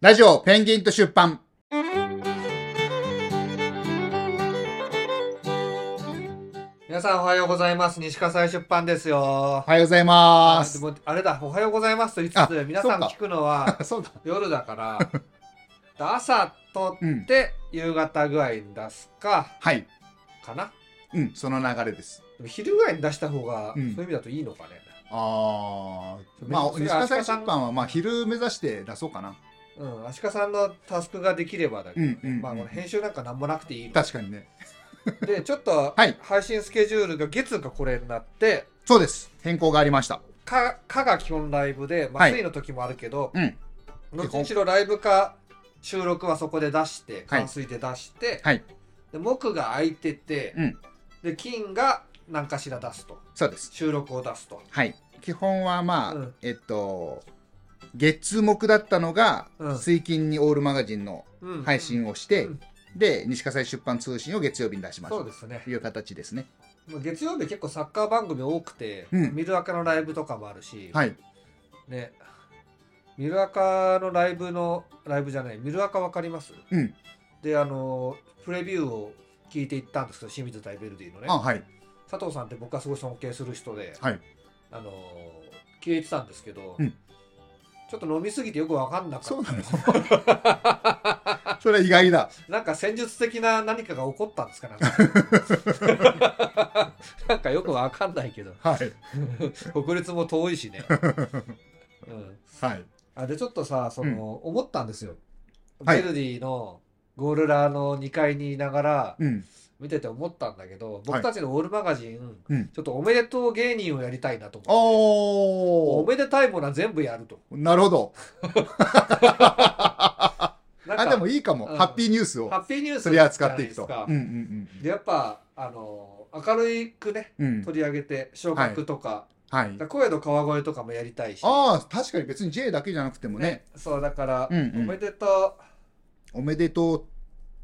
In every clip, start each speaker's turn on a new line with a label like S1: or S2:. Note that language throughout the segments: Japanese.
S1: ラジオペンギンと出版。
S2: 皆さんおはようございます。西葛西出版ですよ
S1: お。はようござい
S2: あ
S1: ま。
S2: ですもあれだ、おはようございますと言いつ
S1: あ
S2: つ、皆さ
S1: そ
S2: ん
S1: うか
S2: 聞くのは
S1: そうだ。
S2: 夜 だから、朝撮
S1: う
S2: っ
S1: ん。
S2: て夕方具合に出すか、
S1: はい。
S2: かな。
S1: うん、その流れです。
S2: でも昼ぐらいに出した方が、
S1: うん
S2: そういう意味だといいのかね。
S1: ああ、まあ、
S2: それ
S1: 西
S2: それ
S1: 葛
S2: 足
S1: 西
S2: 利さん
S1: 出版は、まあ、昼目指して出そうかな。
S2: うん、足利さんのタスクができればだけどね、
S1: うんうんうん
S2: まあこの編集なんかなんもなくていいの
S1: 確かにね。
S2: で、ちょっと
S1: はい
S2: 配信スケジュールが月がこれになって、
S1: そうです。変更がありました。
S2: か、かが基本ライブで、まあ、
S1: はい
S2: 水の時もあるけど、
S1: うん。
S2: どっちにしろライブか収録はそこで出して完遂で出して、
S1: はい。
S2: で木が空いてて、
S1: うん
S2: で金が何かしら出すと
S1: そうです。
S2: 収録を出すと、
S1: はい。基本は、まあ、
S2: うん
S1: えっと、月目だったのが、
S2: うん
S1: 水金にオールマガジンの
S2: うん
S1: 配信をして、
S2: うん
S1: で、西葛西出版通信を月曜日に出しましょ
S2: そう
S1: う
S2: ですね
S1: という形ですね。
S2: もう月曜日結構サッカー番組多くて、
S1: うん
S2: ミルアカのライブとかもあるし、
S1: はい。
S2: ねミルアカのライブのライブじゃないミルアカわかります
S1: うん。
S2: であのプレビューを聞いていったんですけど清水大ベルディのね
S1: あ、はい。
S2: 佐藤さんって僕はすごい尊敬する人で、
S1: はい。
S2: あのー消えてたんですけど、
S1: うん
S2: ちょっと飲みすぎてよく分かんなか
S1: そう
S2: っ
S1: なのそれは意外だ。
S2: たなんか戦術的な何かが起こったんですかな んかなんかよく分かんないけど
S1: はい。
S2: 国立も遠いしね、うん、
S1: はい。
S2: あでちょっとさその、思ったんですよ、
S1: はい
S2: ベルディのゴールラーの2階にいながら
S1: うん。
S2: 見てて思ったんだけど僕たちのオールマガジン、
S1: うん
S2: ちょっとおめでとう芸人をやりたいなと思ってお
S1: おー。
S2: めでたいものは全部やると
S1: なるほど。
S2: なんか
S1: あ、でもいいかも。
S2: うん
S1: ハッピーニュースを
S2: ハ、ッピーニュース
S1: それは使っていくと
S2: じゃな。
S1: うん
S2: です
S1: うん
S2: かでやっぱあの明るくね
S1: うん。うん。
S2: 取り上げて昇格とか,、
S1: はい。
S2: 声の川越とかもやりたいし
S1: ああ、確かに別に J だけじゃなくてもね、
S2: そうだから、
S1: うんうん
S2: おめでと
S1: おめでとう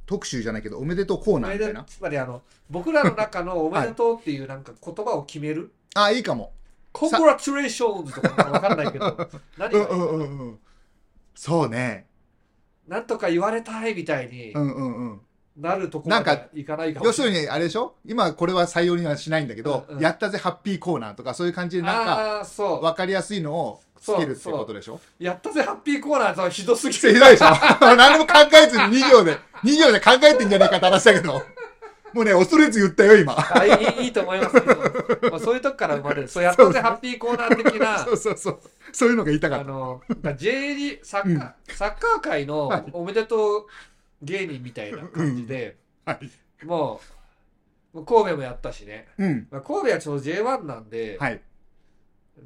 S1: 特集じゃないけど、おめでとうコー
S2: うお
S1: ナー
S2: め
S1: みた
S2: で
S1: いな。
S2: つまりあの僕らの 中のおめでとうっていうなんか言葉を決める、
S1: ああ、いいかも。
S2: コングラチュレーションズとかなんかわかんないけど何
S1: うん
S2: が
S1: うんうんうん。そうね。
S2: なんとか言われたいみたいに
S1: うんうんうん。
S2: なるとこま
S1: なんか
S2: でいかないかも
S1: 要
S2: し
S1: す
S2: れない
S1: るに、あれでしょ今これは採用にはしないんだけど、
S2: うんうん
S1: やったぜハッピーコーナーとか、そういう感じでなんか、
S2: ああーそ
S1: わかりやすいのをつけるってことでしょ
S2: うやったぜハッピーコーナーとはひど すぎ
S1: ひ
S2: る
S1: どいでしょ何も考えずに2行で、2行で考えてんじゃねえかって話だけど。もうね、恐れず言ったよ、今。
S2: あいいいいと思いますけど、まあ、そういうとこから生まれるそうやったぜハッピーコーナー 的な
S1: そうそうそう。そういうのが言いたか
S2: あ
S1: っ
S2: の、だ J リーサッカー、サッカー界の
S1: はい
S2: おめでとう芸人みたいな感じで、
S1: た。はい。
S2: もう、もう神戸もやったしね。
S1: うん。
S2: まあ、神戸はちょうど J1 なんで、
S1: はい。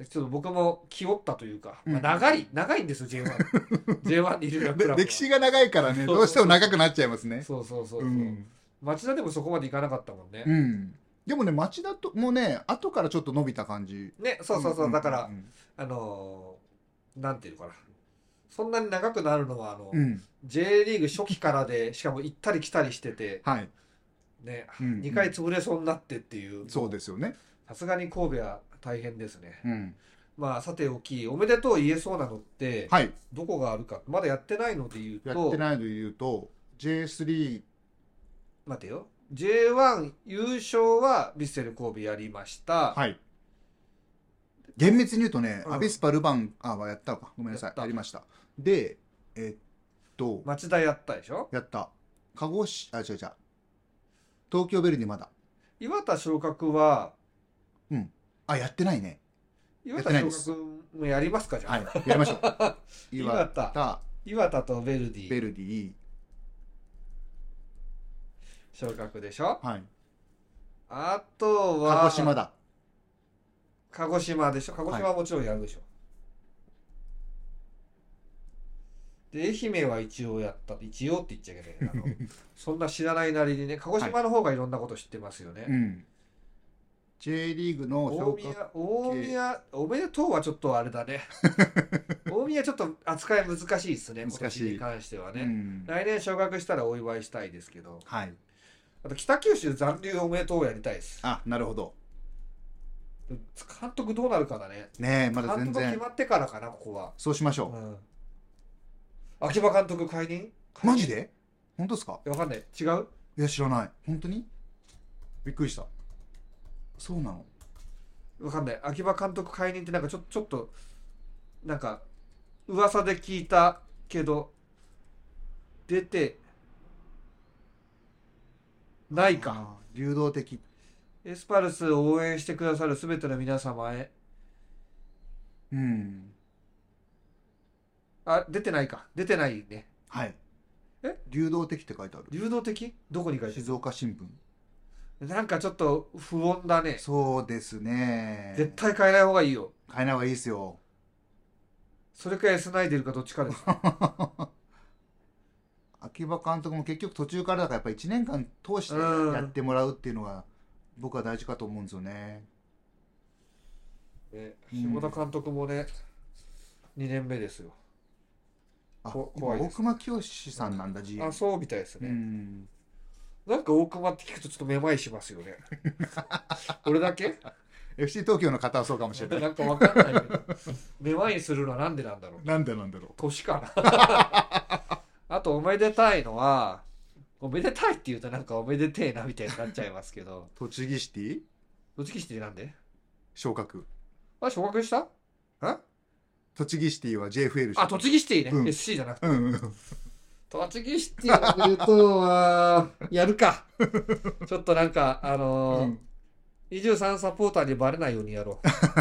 S2: ちょっと僕も気負ったというか、ま
S1: う
S2: あ、
S1: ん
S2: 長い、長いんですよ、J1。J1 にいるようなク
S1: で
S2: ラブは
S1: 歴史が長いからね、
S2: そう
S1: どうしても長くなっちゃいますね。
S2: そうそうそうそうう、
S1: ん。
S2: 町田でもそこまでいかなかったもんね。
S1: うん。でもね、町田ともね、後からちょっと伸びた感じ。
S2: ね、そうそうそう、
S1: ん
S2: だから、
S1: うん
S2: あのーなんていうのかな。そんなに長くなるのは、あの、
S1: うん。
S2: J リーグ初期からで、しかも行ったり来たりしてて、
S1: はい。
S2: ね、
S1: うん
S2: 2回潰れそうになってっていう、
S1: そうですよね。
S2: さすがに神戸は大変ですね。
S1: うん。
S2: まあ、さておき、おめでとう言えそうなのって、
S1: はい。
S2: どこがあるか、まだやってないので言う
S1: やっ
S2: と
S1: て、ないので言うと、J3、
S2: 待てよ、J1 優勝はヴィッセル神戸やりました。
S1: はい。厳密に言うとね、
S2: うん
S1: アビスパルバン、あ、やったのか。ごめんなさい
S2: やっ。た
S1: やりました。で、えっと、
S2: 町田やったでしょ
S1: やった。鹿児島、あ、違う違う。東京ベルディまだ。
S2: 岩田昇格は、
S1: あ、やってないね。
S2: 岩
S1: やってな
S2: 田
S1: いで
S2: 昇
S1: す
S2: 格もやりますかじゃあ、
S1: はい。やり ましょう。
S2: 岩田
S1: 岩田、
S2: 岩田とヴェルデ
S1: ベ
S2: ィ
S1: ルディ。
S2: 昇格でしょ
S1: はい。
S2: あとは、
S1: 鹿児島だ。
S2: 鹿児島でしょ鹿児島はもちろんやるでしょ、で愛媛は一応やった一応って言っちゃいけ ないあのそんな知らないなりにね鹿児島の方がいろんなこと知ってますよね、
S1: うん。J リーグの
S2: 大
S1: 評価。
S2: 宮大宮おめでとうはちょっとあれ だね大宮ちょっと扱い難しいですね今
S1: 難し
S2: 年
S1: い
S2: に関しては
S1: う
S2: ね、
S1: ん。
S2: 来年昇格したらお祝いしたいですけど
S1: はい。
S2: あと北九州残留おめでとうをやりたいです
S1: あ、なるほど。
S2: 監督どうなるかだね
S1: ねえ、まだ
S2: 監
S1: 全
S2: 督決
S1: 然。
S2: まってからかなここは
S1: そうしましょ
S2: うん秋葉監督解任
S1: マジで本当ですか
S2: わかんない違う
S1: いや、知らない。本当にびっくりした。そうなの。
S2: わかんない秋葉監督解任ってなんかちょちょっとなんか噂で聞いたけど出てないか
S1: あー流動的。
S2: エスパルスを応援してくださる全ての皆様へ
S1: うん。
S2: あ出てないか出てないね
S1: はい。
S2: え
S1: 流動的って書いてある。
S2: 流動的どこに書いて
S1: 静岡新聞。
S2: るなんかちょっと不穏だね
S1: そうですね。
S2: 絶。対変えない方がいいよ
S1: 変えない方がいいですよ。
S2: それか S ナイデルかどっちかです
S1: 秋葉監督も結局途中からだからやっぱり1年間通してやってもらうっていうのが僕は大事かと思うんですよね。
S2: ね
S1: うん
S2: 下田監督もね2年目ですよ
S1: あ、
S2: こ
S1: 今
S2: 怖いで
S1: 大
S2: す
S1: 熊清さんなんだ GM
S2: あ。そうみたいです
S1: う
S2: ね、
S1: ん。
S2: なんか大熊って聞くとちょっとめまいします よね。俺だけ
S1: FC 東京の方はそうかもしれない。
S2: なんかわかんないけど。めまいするのはなんでなんだろう。
S1: なんでなんだろ
S2: 年かな。 あとおめでたいのは、おめでたいって言うとなんかおめでてえなみたいになっちゃいますけど
S1: う。、栃木シティ
S2: 栃木市ってなんで
S1: 昇格。
S2: あ、昇格した
S1: 栃木シティは JFL
S2: あ、栃木シティね。
S1: うん
S2: SC じゃなくて。
S1: 木。うんうん。
S2: 栃木シティのルートは、や るか。ちょっとなんか、あのー
S1: うん
S2: 23サポーターにバレないようにやろう。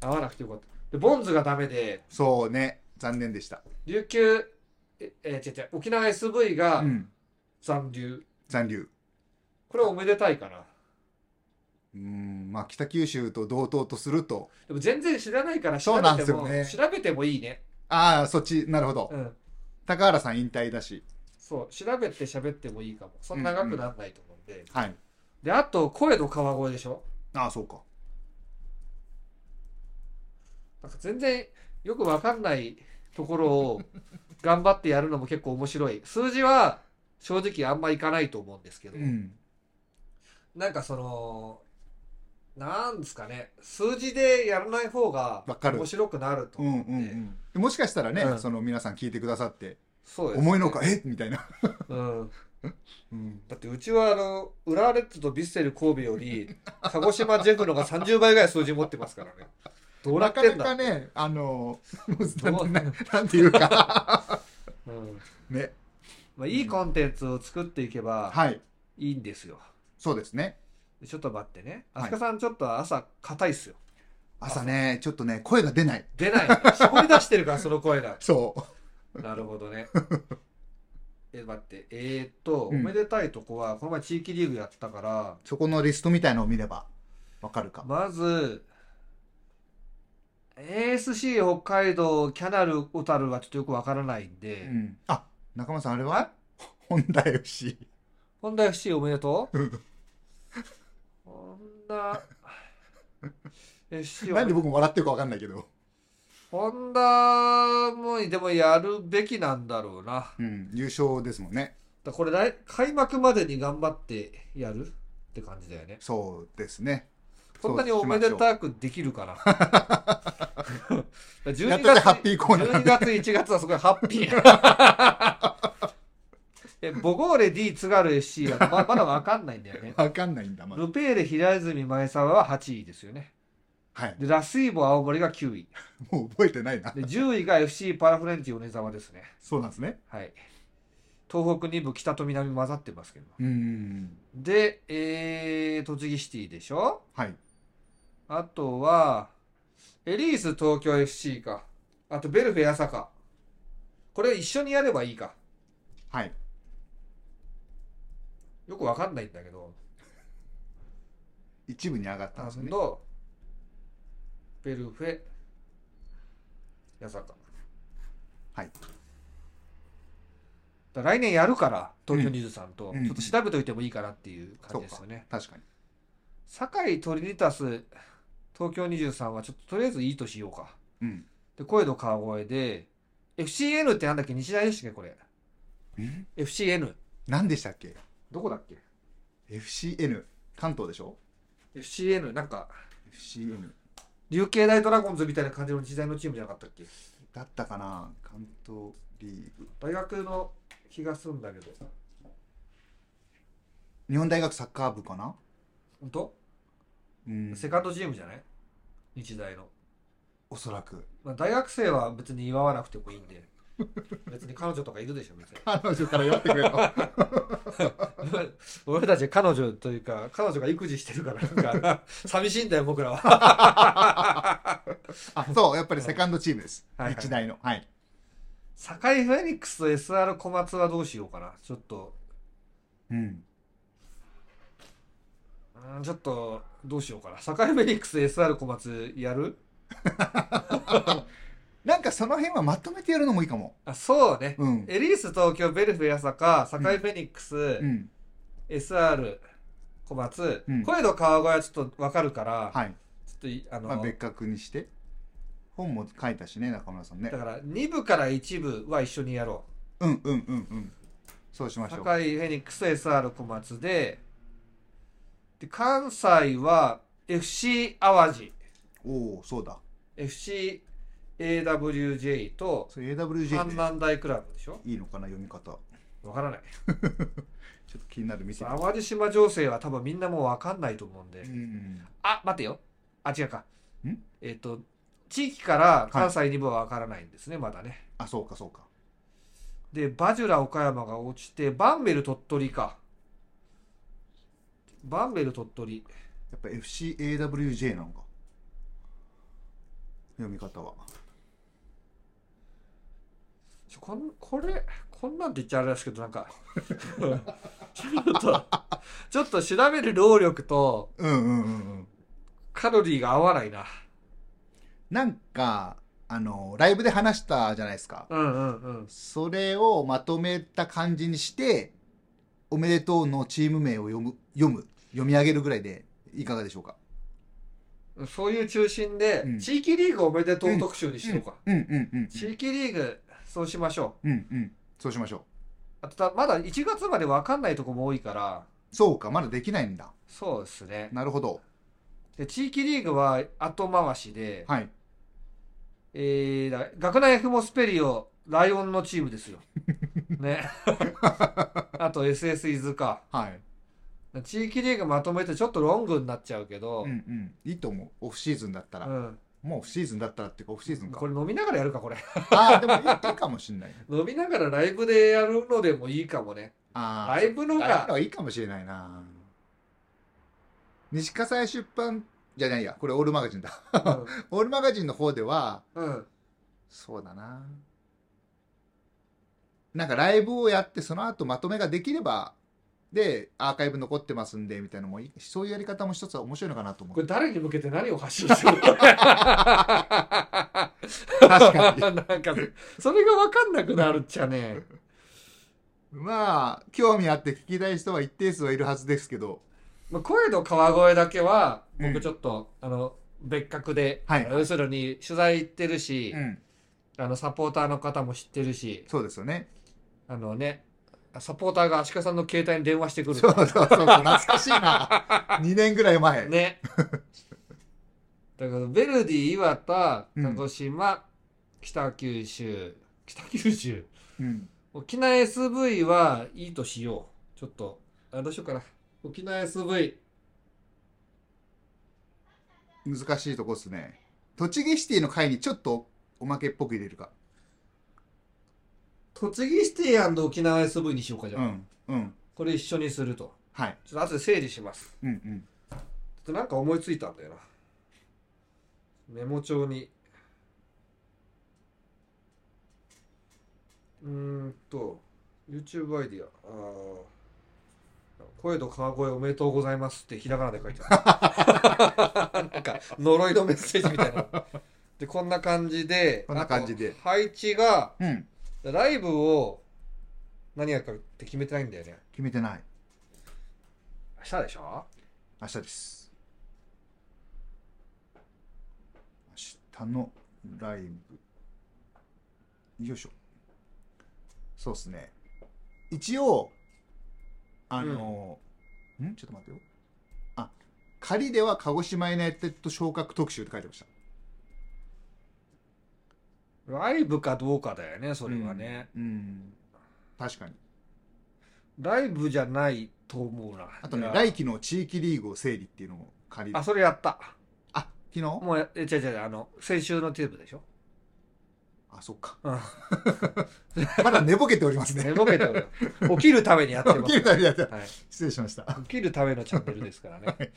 S2: 合わなくてよかった。で、ボンズがダメで、
S1: そうね。残念でした。
S2: 琉球、え、えー違う違う、沖縄 SV が
S1: うん。
S2: 残留。
S1: 残留。
S2: これはおめでたいかな。
S1: うん。まあ北九州と同等とすると。
S2: でも全然知らないから
S1: そ
S2: 調
S1: う
S2: べ
S1: なんです
S2: て
S1: よ
S2: も、
S1: ね
S2: 調べてもいいね。
S1: ああ、そっち。なるほど
S2: う。ん。
S1: 高原さん引退だし。
S2: そう、調べて喋ってもいいかも。そんな長くならないと思うんで。
S1: はい。
S2: で、あと、声の川越でしょ
S1: ああ、そうか。
S2: なんか全然よくわかんないところ を頑張ってやるのも結構面白い。数字は正直あんまいかないと思うんですけど、
S1: うん。
S2: なんかその、なんですかね、数字でやらない方が
S1: わかる
S2: 面白くなると
S1: うんう
S2: 思
S1: ん
S2: って、
S1: うん、もしかしたらね、
S2: うん
S1: その皆さん聞いてくださって、
S2: そうですね
S1: 重いのか、えみたいな。
S2: うん。
S1: うん、
S2: だってうちはあの、浦和レッズとヴィッセル神戸より、鹿児島ジェフのが30倍ぐらい数字持ってますからね。どうな
S1: な
S2: っ
S1: か
S2: て
S1: なん
S2: だ
S1: かね、あの、
S2: どう
S1: な なんていう か、
S2: うん
S1: ね。
S2: まあ、いいコンテンツを作っていけば
S1: はい、
S2: いいんですよ。
S1: そうですね。
S2: ちょっと待ってね。
S1: はい
S2: 飛鳥さん、ちょっと朝、硬いっすよ。
S1: 朝ね、ちょっとね、声が出ない。
S2: 出ない。絞り出してるから、その声が。
S1: そう。
S2: なるほ どね。え、待って。えー、っと、
S1: うん
S2: おめでたいとこは、この前地域リーグやったから、
S1: そこのリストみたいのを見れば、わかるか。
S2: まず、ASC 北海道、キャナル、小樽はちょっとよくわからないん
S1: う
S2: で、
S1: ん、あ、中間さん、あれは本田 FC。
S2: 本田 FC おめでとう。 本田 FC おめ
S1: なん
S2: でとう
S1: で僕も笑ってるかわかんないけど。
S2: ホンダもでもやるべきなんだろうな。だか
S1: うん、優勝ですもんね。
S2: らこれ来開幕までに頑張ってやるって感じだよね。
S1: そうですね。
S2: こんなにおめでたくできるかな。
S1: やっとで
S2: 12月
S1: ハッピーコーナーなん
S2: 12
S1: で。
S2: 月、1月はすごいハッピー。 えボゴーレ D 津軽 FC はままだわかんないんだ よね。
S1: わかんないんだ、まだ。
S2: ルペーレ平泉前沢は8位ですよね。
S1: はい。
S2: でラスイボ青森が9位。
S1: もう覚えてないな。
S2: で10位が FC パラフレンチ米沢ですね。
S1: そうなんですね。
S2: はい。東北2部、北と南混ざってますけど。
S1: うん。
S2: で、えー、栃木シティでしょ
S1: はい。
S2: あとは、エリース東京 FC か。あと、ベルフェ朝か。これ一緒にやればいいか。
S1: はい。
S2: よくわかんないんだけど。
S1: 一部に上がったん
S2: あ
S1: ですよね。
S2: の、ベルフェ、八坂。
S1: はい。
S2: だ来年やるから、東京23と、
S1: うん
S2: ちょっと調べといてもいいかなっていう感じですよね。
S1: 確かに。
S2: 堺トリニタス東京23はちょっととりあえずいいとしようか。
S1: うん。
S2: で、声の川越で、FCN ってなんだっけ日大でしたっけこれ。FCN。
S1: 何でしたっけ
S2: どこだっけ
S1: ?FCN。関東でしょ
S2: ?FCN、なんか、
S1: ?FCN。
S2: 琉球大ドラゴンズみたいな感じの日大のチームじゃなかったっけ
S1: だったかな関東リーグ
S2: 大学の気がすんだけど。
S1: 日本大学サッカー部かな
S2: 本当、
S1: うん
S2: セカンドチームじゃない日大の。
S1: おそらく
S2: まあ、大学生は別に祝わなくてもいいん で。別に彼女とかいるでしょ、別に。
S1: 彼女からやってくれと
S2: 俺たち彼女というか、彼女が育児してるから、なん か、寂しいんだよ、僕らは。
S1: あそうやっぱりセカンドチームです
S2: はいはい
S1: 日大のはい
S2: 堺フェニックスと SR 小松はどうしようかな。ちょっと、
S1: うん
S2: うーんちょっと、どうしようかな。堺フェニックスと SR 小松やる
S1: なんかその辺はまとめてやるのもいいかも
S2: あ、そうね。
S1: うん
S2: エリース東京、ベルフェ朝霞、堺フェニックス、
S1: うん
S2: SR 小松、
S1: うん
S2: 声の川越はちょっとわかるから、
S1: はい、
S2: ちょっといあの、
S1: まあ、別格にして本も書いたしね中村さんね
S2: だから2部から1部は一緒にやろ
S1: うんうんうんうんそうしま
S2: う
S1: しょう
S2: 堺フェニックス SR 小松でで関西は FC 淡路
S1: おおそうだ
S2: FCAWJ と
S1: それ AWJ
S2: 阪
S1: で
S2: 南大クラブでしょ
S1: いいのかな読み方ちょ
S2: わからない
S1: っと気になる見せて
S2: 淡路島情勢は多分みんなもうわかんないと思うんで、
S1: うんうん
S2: あ待てよあ違うか
S1: ん
S2: えっ、と地域から関西2部はわからないんですね、まだね
S1: あそうかそうか
S2: で、バジュラ岡山が落ちて、バンベル鳥取か。バンベル鳥取。
S1: やっぱ FCAWJ なのか読み方は
S2: ちょこん、これ、こんなんって言っちゃあれですけど、なん か、ちょっと、ちょっと調べる労力と
S1: うんうんうんうん
S2: カロリーが合わないな。
S1: なんかあのライブで話したじゃないですか
S2: うんうんうん。
S1: それをまとめた感じにしておめでとうのチーム名を読む読む読み上げるぐらいでいかがでしょうか
S2: そういう中心で、
S1: うん
S2: 地域リーグおめでとう特集にしようか。
S1: うんうんうん
S2: 地域リーグ、そうしましょう。
S1: うんうんそうしましょ
S2: あとた、まだ1月までわかんないとこも多いから、
S1: うそうかまだできないんだ
S2: そうですね。
S1: なるほど
S2: で、地域リーグは後回しで、
S1: はい
S2: えー、だ学内 F モスペリオ、ライオンのチー ムですよ。ね。 あと SS 伊豆か。
S1: はい
S2: 地域リーグまとめてちょっとロングになっちゃうけど、
S1: うんうんいいと思うオフシーズンだったら、
S2: うん
S1: もうオフシーズンだったらっていうかオフシーズンか
S2: これ飲みながらやるか、これ。
S1: ああでもいいいいかもしんない
S2: 飲みながらライブでやるのでもいいかもね。
S1: ああ
S2: ライブの
S1: あの
S2: が、
S1: いいかもしれないな西葛西出版じゃないやこれオールマガジンだオールマガジンの方では
S2: うん、うん
S1: そうだななんかライブをやってその後まとめができればでアーカイブ残ってますんでみたいなのもいいそういうやり方も一つは面白いのかなと思
S2: こ
S1: う
S2: れ誰に向けて何を発信するの
S1: 確かに
S2: なんか、それがわかんなくなるっちゃね。
S1: まあ興味あって聞きたい人は一定数はいるはずですけど
S2: まあ、声の川越だけは、
S1: う
S2: 僕
S1: ん
S2: ちょっと、あの、別格で、
S1: はい
S2: 要するに取材行ってるし、
S1: うん
S2: あの、サポーターの方も知ってるし、
S1: そうですよね
S2: あのね、サポーターが足利さんの携帯に電話してくる
S1: そうそうそうそう懐かしいな2 年ぐらい前、
S2: ね。だから、ベルディ、岩田、鹿児島、北九州、北九州、
S1: うん
S2: 沖縄 SV はいいとしよう。ちょっと、あ、どうしようかな。沖縄 SV。
S1: 難しいとこっすね栃木シティの回にちょっとおまけっぽく入れるか
S2: 栃木シティ沖縄 SV にしようかじゃ
S1: う
S2: あ、
S1: んうん
S2: これ一緒にすると。
S1: はい
S2: ちょっと後で整理します。
S1: うんうん
S2: ちょっとなんか思いついたんだよな。メモ帳に。うーんと、YouTube アイディア。あー声と川越おめでとうございますってひらがなで書いてあ る。なんか呪いのメッセージみたいな。で、こんな感じで、
S1: こんな感じで
S2: あと配置が、
S1: うん
S2: ライブを何やるかって決めてないんだよね。
S1: 決めてない
S2: 明日でしょ
S1: 明日です明日のライブよいしょそうっすね一応あの、んちょっと待ってよあ仮では鹿児島ユナイテッド昇格特集って書いてました
S2: ライブかどうかだよねそれはね、
S1: うん、うん確かに
S2: ライブじゃないと思うな
S1: あとね
S2: いや
S1: 来期の地域リーグを整理っていうのを仮に
S2: あ
S1: あ
S2: それやった
S1: 昨日
S2: もうえ違う違うあの先週のテープでしょ
S1: あそっか
S2: うん
S1: まだ寝ぼけておりますね
S2: 寝ぼけておるよ 起きるためにやってま
S1: 起き る
S2: す
S1: たびだった
S2: はい
S1: 失礼しました
S2: 起きるためのチャンネルですからね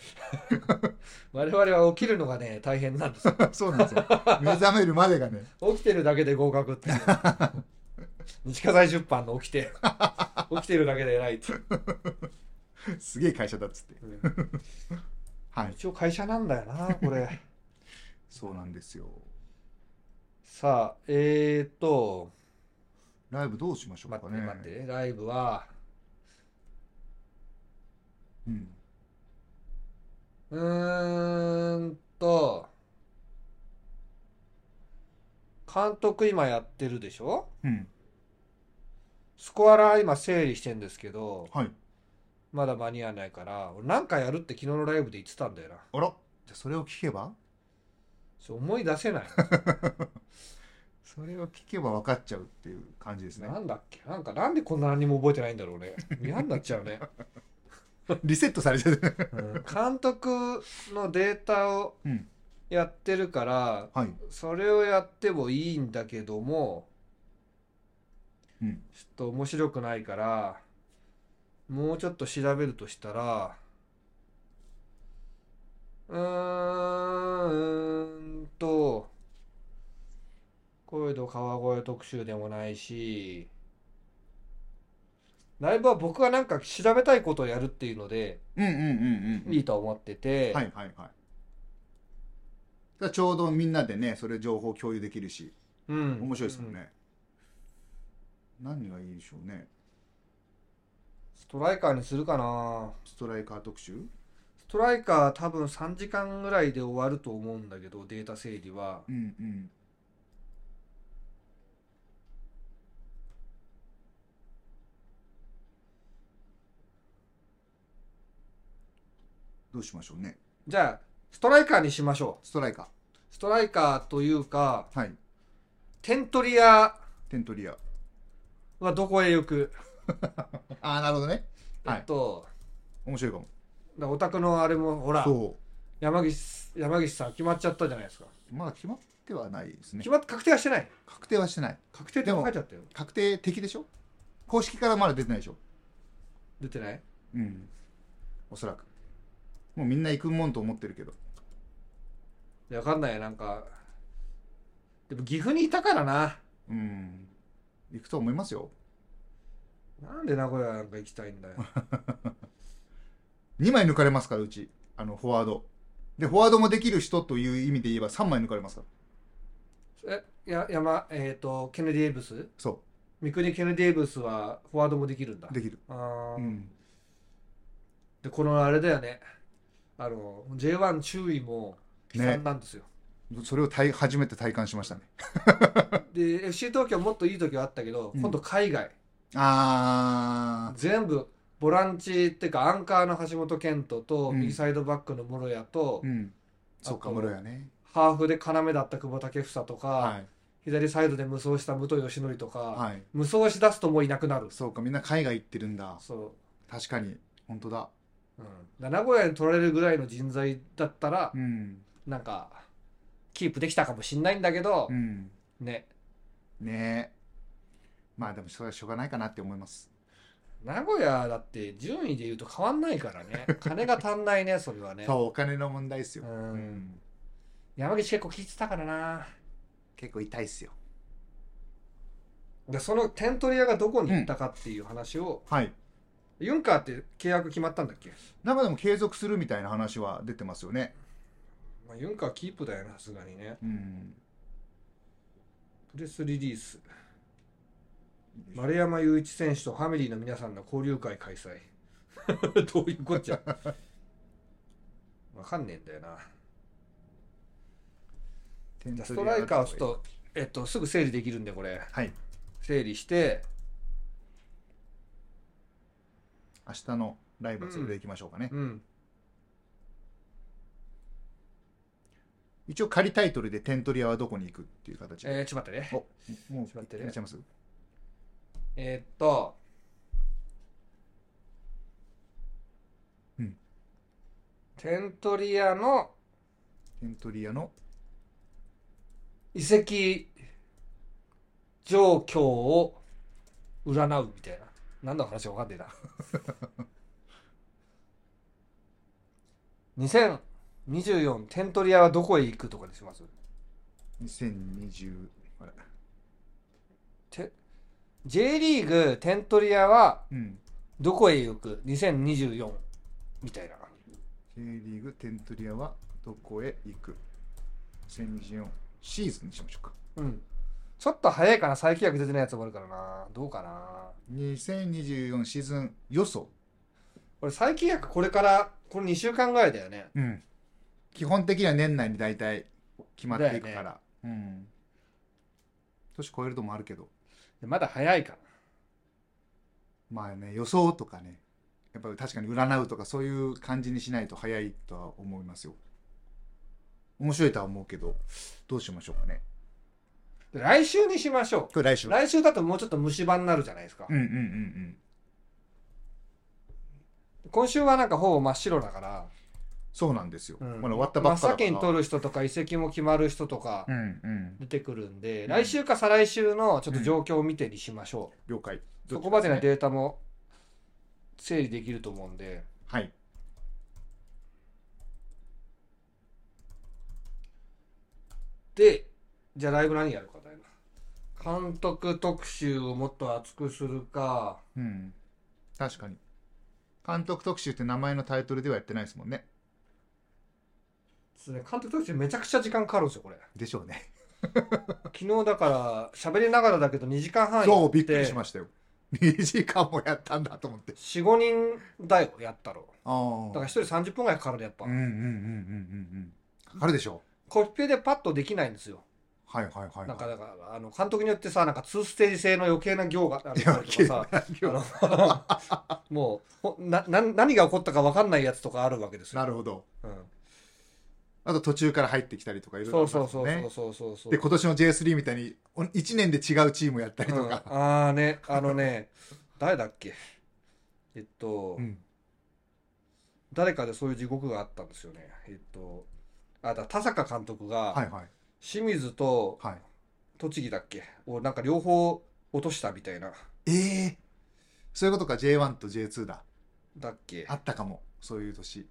S2: 我々は起きるのがね大変なんですよ
S1: そうなんですよ目覚めるまでがね
S2: 起きてるだけで合格 っていう西葛西出版の起きて起きてるだけで偉いっていう
S1: すげえ会社だっつってはい
S2: 一応会社なんだよなこれ
S1: そうなんですよ
S2: さあえー、っと
S1: ライブどうしましょう
S2: 待
S1: か
S2: って
S1: ね
S2: 待ってねライブは
S1: うん
S2: うーんと監督今やってるでしょ
S1: うん
S2: スコアラー今整理してんですけど
S1: はい
S2: まだ間に合わないから俺なんかやるって昨日のライブで言ってたんだよな
S1: あらじゃあそれを聞けば
S2: そう思い出せない
S1: それを聞けば分かっちゃうっていう感じですね
S2: なんだっけなんかなんでこんな何も覚えてないんだろうね嫌になっちゃうね、
S1: リセットされ ちゃう
S2: うん監督のデータを
S1: うん
S2: やってるから
S1: はい
S2: それをやってもいいんだけども
S1: うん
S2: ちょっと面白くないからもうちょっと調べるとしたらうーんと声と川越特集でもないしライブは僕がなんか調べたいことをやるっていうので
S1: うんうんうんうん
S2: いいと思ってて、
S1: はいはいはいだからちょうどみんなでねそれ情報共有できるし
S2: うん、
S1: 面白いですよね、何がいいでしょうね
S2: ストライカーにするかな
S1: ストライカー特集
S2: ストライカー多分3時間ぐらいで終わると思うんだけどデータ整理は
S1: うんうんどうしましょうね
S2: じゃあストライカーにしましょ
S1: ストライカ
S2: うストライカーというか
S1: ーはい
S2: テントリア
S1: テントリア
S2: はどこへ行く、
S1: ああなるほどねはい
S2: えっと
S1: 面白いかも
S2: だお宅のあれもほら
S1: そ
S2: 山岸山岸さん決まっちゃったじゃないですか
S1: うまだ決まってはないですね
S2: 決まって確定はしてない
S1: 確定はしてない
S2: 確定って書いちゃったよ
S1: 確定的でしょ公式からまだ出てないでしょ
S2: 出てない
S1: うんおそらくもうみんな行くもんと思ってるけど
S2: いやわかんないなんかでも岐阜にいたからな
S1: うん行くと思いますよ
S2: なんで名古屋なんか行きたいんだよ
S1: 2枚抜かれますからうちあのフォワードでフォワードもできる人という意味で言えば3枚抜かれますから
S2: えや山えっ、とケネディ・エイブス
S1: そ
S2: 三国ケネディ・エイブスはフォワードもできるんだ
S1: うできる
S2: あー
S1: うん
S2: でこのあれだよねあの J1 注意も悲惨な んですよ、
S1: それを体初めて体感しましたね
S2: で FC 東京もっといい時はあったけど
S1: うん
S2: 今度海外、
S1: あ
S2: 全部ボランチっていうかアンカーの橋本健人と
S1: うん
S2: 右サイドバックの室谷と、
S1: ーうんそう
S2: あ
S1: か
S2: と
S1: 室屋ね
S2: ハーフで要だった久保建英とか、
S1: は
S2: 左サイドで無双した武藤義則とか、
S1: いはい
S2: 無双しだすともういなくなる
S1: そうかみんな海外行ってるんだ
S2: そ
S1: 確かに本当だ
S2: う、うん、だ名古屋に取られるぐらいの人材だったら、
S1: うん
S2: なんかキープできたかもしんないんだけど
S1: う、ん
S2: ね
S1: ねえまあでもそれはしょうがないかなって思います
S2: 名古屋だって順位で言うと変わんないから ね金が足んないねそれはね
S1: そうお金の問題ですよ、
S2: うん
S1: うん
S2: 山口結構聞いてたからな
S1: 結構痛いっすよ
S2: でそのテントリアがどこに行ったかっていう話を、
S1: はい
S2: ユンカーって契約決まったんだっけ、
S1: 中でも継続するみたいな話は出てますよね
S2: まあ、ユンカーキープだよなさすがにね
S1: うん
S2: プレスリリース丸山雄一選手とファミリーの皆さんの交流会開催 どういうこっちゃわかんねえんだよなじゃあストライカーをちょっと、えっと、すぐ整理できるんでこれ
S1: はい
S2: 整理して
S1: 明日のライブはそれでいきましょうかね、
S2: うん
S1: 一応仮タイトルで「テントリアはどこに行く?」っていう形で、
S2: えー、ちょっと待ってね。
S1: おもう
S2: ちょっと待ってね
S1: いらっしゃいます
S2: えーっと。
S1: うん
S2: テントリアの
S1: テントリアの
S2: 遺跡状況を占うみたいな。何の話か分かんね えな。2024テントリアはどこへ行くとかにします
S1: 2020あれ
S2: て J リーグテントリアは
S1: うん
S2: どこへ行く2024みたいな。
S1: J リーグテントリアはどこへ行く2024シーズンにしましょうか
S2: うん。ちょっと早いかな。再契約出てないやつもあるからな。どうかな。
S1: 2024シーズン予想
S2: 俺再契約これから、これ2週間ぐらいだよね。
S1: うん基本的には年内に大体決まっていく
S2: だ
S1: か
S2: よ
S1: ら、うん年超えるともあるけど
S2: まだ早いかな。
S1: まあね予想とかねやっぱり確かに占うとかそういう感じにしないと早いとは思いますよ面白いとは思うけどどうしましょうかね
S2: で来週にしましょ
S1: これ来
S2: う。
S1: 週
S2: 来週だともうちょっと虫歯になるじゃないですか。
S1: うんうんうんうん
S2: 今週はなんかほぼ真っ白だから、
S1: そうなんですよ、
S2: うん
S1: まだ終わったばっかだから
S2: 真っ先に取る人とか、移籍も決まる人とか
S1: うんうん
S2: 出てくるんで、
S1: うん
S2: 来週か再来週のちょっと状況を見てにしましょ
S1: 了解
S2: う。そこまでの
S1: どっちかすね
S2: データも整理できると思うんで、
S1: はい
S2: で、じゃあライブ何やるかだよな。監督特集をもっと熱くするか、
S1: うん確かに監督特集って名前のタイトルではやってないですもんね
S2: そうね監督特集めちゃくちゃ時間かかるんですよ、これ。
S1: でしょうね
S2: 昨日だから、喋りながらだけど2時間半やって。
S1: そうびっくりしましたよ2時間もやったんだと思って
S2: 4、5人だよ、やったろ。
S1: あ
S2: だから1人30分ぐらいかかるね、やっぱ。
S1: うんうんうんうんうんうんかかるでしょ
S2: コピペでパッとできないんですよ。
S1: うはいはいはい
S2: なんか
S1: は
S2: だから、あの、監督によってさ、なんか2ステージ制の余計な行がある
S1: いいや
S2: とか さ、あの もうほなな、何が起こったか分かんないやつとかあるわけですよ。
S1: なるほど
S2: うん
S1: あと途中から入ってきたりとかいろいろあ
S2: そ
S1: り
S2: う
S1: ます
S2: そ
S1: も
S2: うんそう
S1: ね
S2: そうそうそうそう。
S1: で今年の J3 みたいに1年で違うチームやったりとか、
S2: うんああね、あのね、 誰だっけえっと、
S1: うん
S2: 誰かでそういう地獄があったんですよね。えっと、あ、だ田坂監督
S1: はい
S2: が、
S1: はい
S2: 清水と
S1: はい
S2: 栃木だっけをなんか両方落としたみたいな、
S1: ええー、そういうことか J1 と J2 だ
S2: だっけ
S1: あったかもそういう年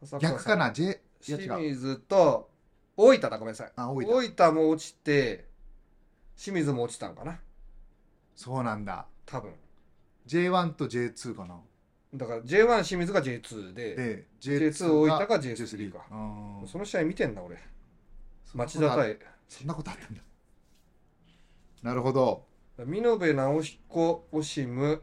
S2: 田坂さん
S1: 逆かな J いや違
S2: 清
S1: う
S2: 水と、大分だ、ごめんなさい。
S1: あ多い
S2: 大分も落ちて、清水も落ちたんかな
S1: そうなんだ
S2: 多分。
S1: J1 と J2 かな
S2: だから J1 清水が J2 で、
S1: で
S2: J2 大分が J3 か
S1: あー
S2: その試合見てんな、俺。
S1: そんなこ
S2: 町
S1: と
S2: 田
S1: あ
S2: 対。
S1: そんなことあったんだなるほど
S2: 見延直彦、オシム、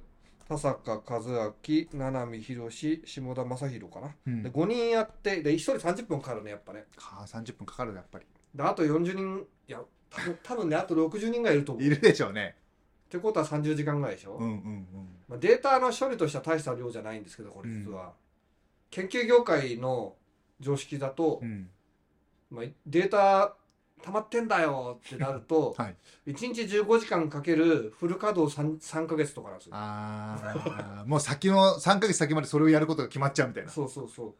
S2: 田坂和明、七海博士、下田正宏かな。
S1: うん
S2: で、5人やって、で、1人30分かかるね、やっぱね。
S1: か30分かかるやっぱり
S2: で、あと40人、いや、多分多分ね、あと60人がいると思う。
S1: い
S2: っ
S1: るでしょうね
S2: てことは30時間ぐらいでしょ。
S1: うんうん
S2: まあ、データの処理としては大した量じゃないんですけど、これ実は。研究業界の常識だと、
S1: うんうん、
S2: まあ、データ溜まってんだよってなると
S1: はい
S2: 1日15時間かけるフル稼働 3, 3ヶ月とかなんですよ。
S1: ああもう先の3ヶ月先までそれをやることが決まっちゃうみたいな
S2: そうそうそう。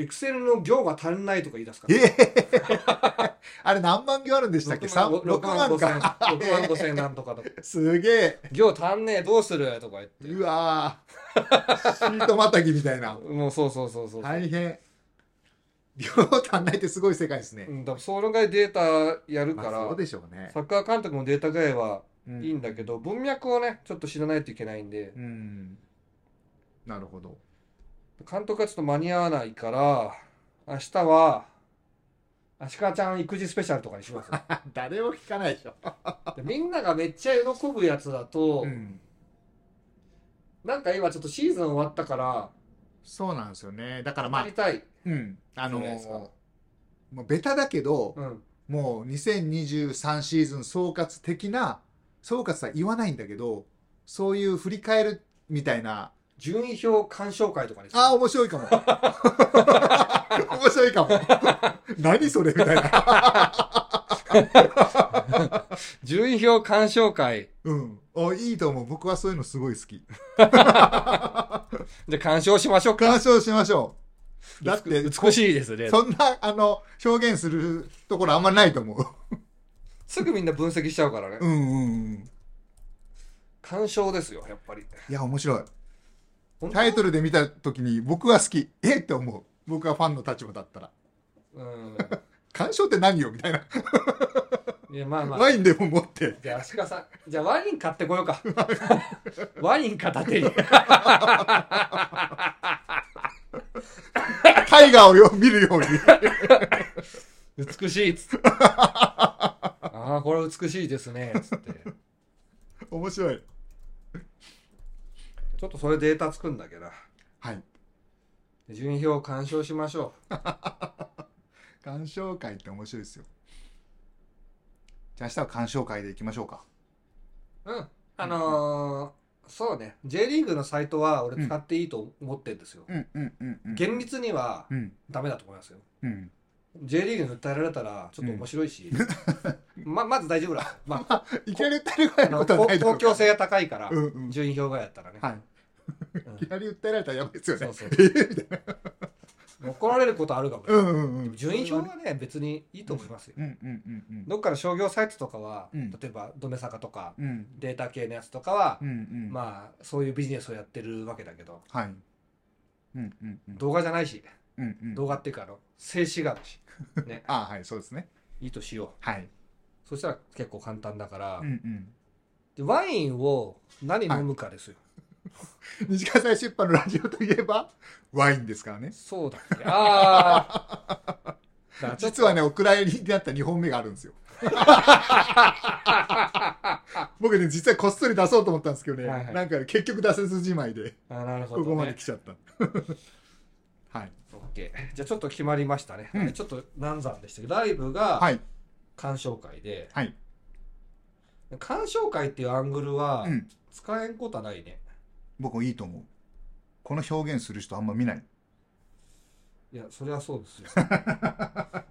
S2: エクセルの行が足りないとか言い出すから。
S1: ええあれ何万行あるんでしたっけ
S2: 6万
S1: 三六万
S2: 5千、
S1: か
S2: 6万5千なんとかとか。
S1: すげえ
S2: 行足んねえ、どうするとか言って。
S1: うわ ーシートまたぎみたいな
S2: もうそうそうそうそう。
S1: 大変量足んないってすごい世界ですね
S2: う、ん、だからそのぐらいデータやるから、
S1: まあ、そうでしょうね
S2: サッカー監督もデータぐらいは
S1: うん
S2: いいんだけど、文脈をね、ちょっと知らないといけないんで、
S1: うんなるほど
S2: 監督がちょっと間に合わないから、明日は、アシカちゃん育児スペシャルとかにします。
S1: 誰も聞かないでしょ、
S2: でみんながめっちゃ喜ぶやつだと、
S1: うん、
S2: なんか今ちょっとシーズン終わったから、
S1: そうなんですよねだからま
S2: や
S1: あ
S2: り、たい。
S1: うん、あの
S2: じゃないですか
S1: もうベタだけど、
S2: うん。
S1: もう2023シーズン総括的な総括は言わないんだけどそういう振り返るみたいな
S2: 順位表鑑賞会とかにする
S1: ああ面白いかも 面白いかも。 何それみたいな。
S3: 順位表鑑賞会。
S1: うん。おいいと思う。僕はそういうのすごい好き。
S3: じゃあ鑑賞しましょうか
S1: 鑑。賞しましょう。だって、
S3: 美美しいですね。
S1: そんな、あの、表現するところあんまないと思う。
S2: すぐみんな分析しちゃうからね
S1: うんうんうん。
S2: 鑑賞ですよやっぱり
S1: いや、面白い。
S2: 本当
S1: タイトルで見たときに僕は好き。えって思う。僕はファンの立場だったら。
S2: う
S1: 鑑賞って何よみたいな。
S2: んいやま あまあ
S1: ワインでも持って。
S2: じゃあ足利さんじゃあワイン買ってこよ うかワイン片手に
S1: タイガーをよ見るように。
S2: 美しいっつって ああこれ美しいですねっつって
S1: 面白い。
S2: ちょっとそれデータ作んだけど
S1: はい。
S2: 順位表を鑑賞しましょ
S1: 鑑賞会って面白いですよ。じゃあ明日は鑑賞会で行きましょうか。
S2: ううんあのーそうね J リーグのサイトは俺使っていいと思ってるんですよ、
S1: うんうんうんうん。
S2: 厳密には
S1: うん
S2: ダメだと思いますよ
S1: うん。
S2: J リーグに訴えられたらちょっと面白いし、ままず大丈夫だ、まあ、
S1: いきなり訴えるぐら
S2: あ
S1: いの
S2: の
S1: ことはないだろ
S2: 公
S1: うから
S2: 共性が高いから、
S1: うんうん。
S2: 順位表がやったらね、
S1: はい。
S2: うん
S1: いきなり訴えられたらやばいですよね。
S2: そう
S1: ええみたいな。
S2: 怒られることあるかも、
S1: うんうんうん。
S2: 順位表はね別にいいと思いますよ、
S1: うんうんうんうん。
S2: どっかの商業サイトとかは、
S1: うん
S2: 例えばドメサカとか
S1: うん
S2: データ系のやつとかは、
S1: うんうん。
S2: まあそういうビジネスをやってるわけだけど
S1: はい。うんうんうん。
S2: 動画じゃないし
S1: うんうん。
S2: 動画っていうかあの静止画だし
S1: ああ、はい、そうですね。
S2: いいとしよ
S1: はい。
S2: うそしたら結構簡単だから、
S1: うんうん。
S2: でワインを何飲むかですよ、
S1: 西川さん出版のラジオといえば、ワインですからね。
S2: そうだっけああ
S1: 実はね、お蔵入りになった2本目があるんです よ。僕ね、実はこっそり出そうと思ったんですけどね、
S2: はいはい
S1: なんかね結局出せずじまいで、
S2: あなるほど、
S1: ここ
S2: ね、
S1: まで来ちゃった。 はい。
S2: オッケーじゃあちょっと決まりましたね、
S1: うん
S2: ちょっと難産でしたけどライブが
S1: はい。
S2: 鑑賞会で、
S1: はい。
S2: 鑑賞会っていうアングルは
S1: うん。
S2: 使えんことはないね、
S1: 僕もいいと思う。この表現する人あんま見ない。
S2: いやそれはそうですよ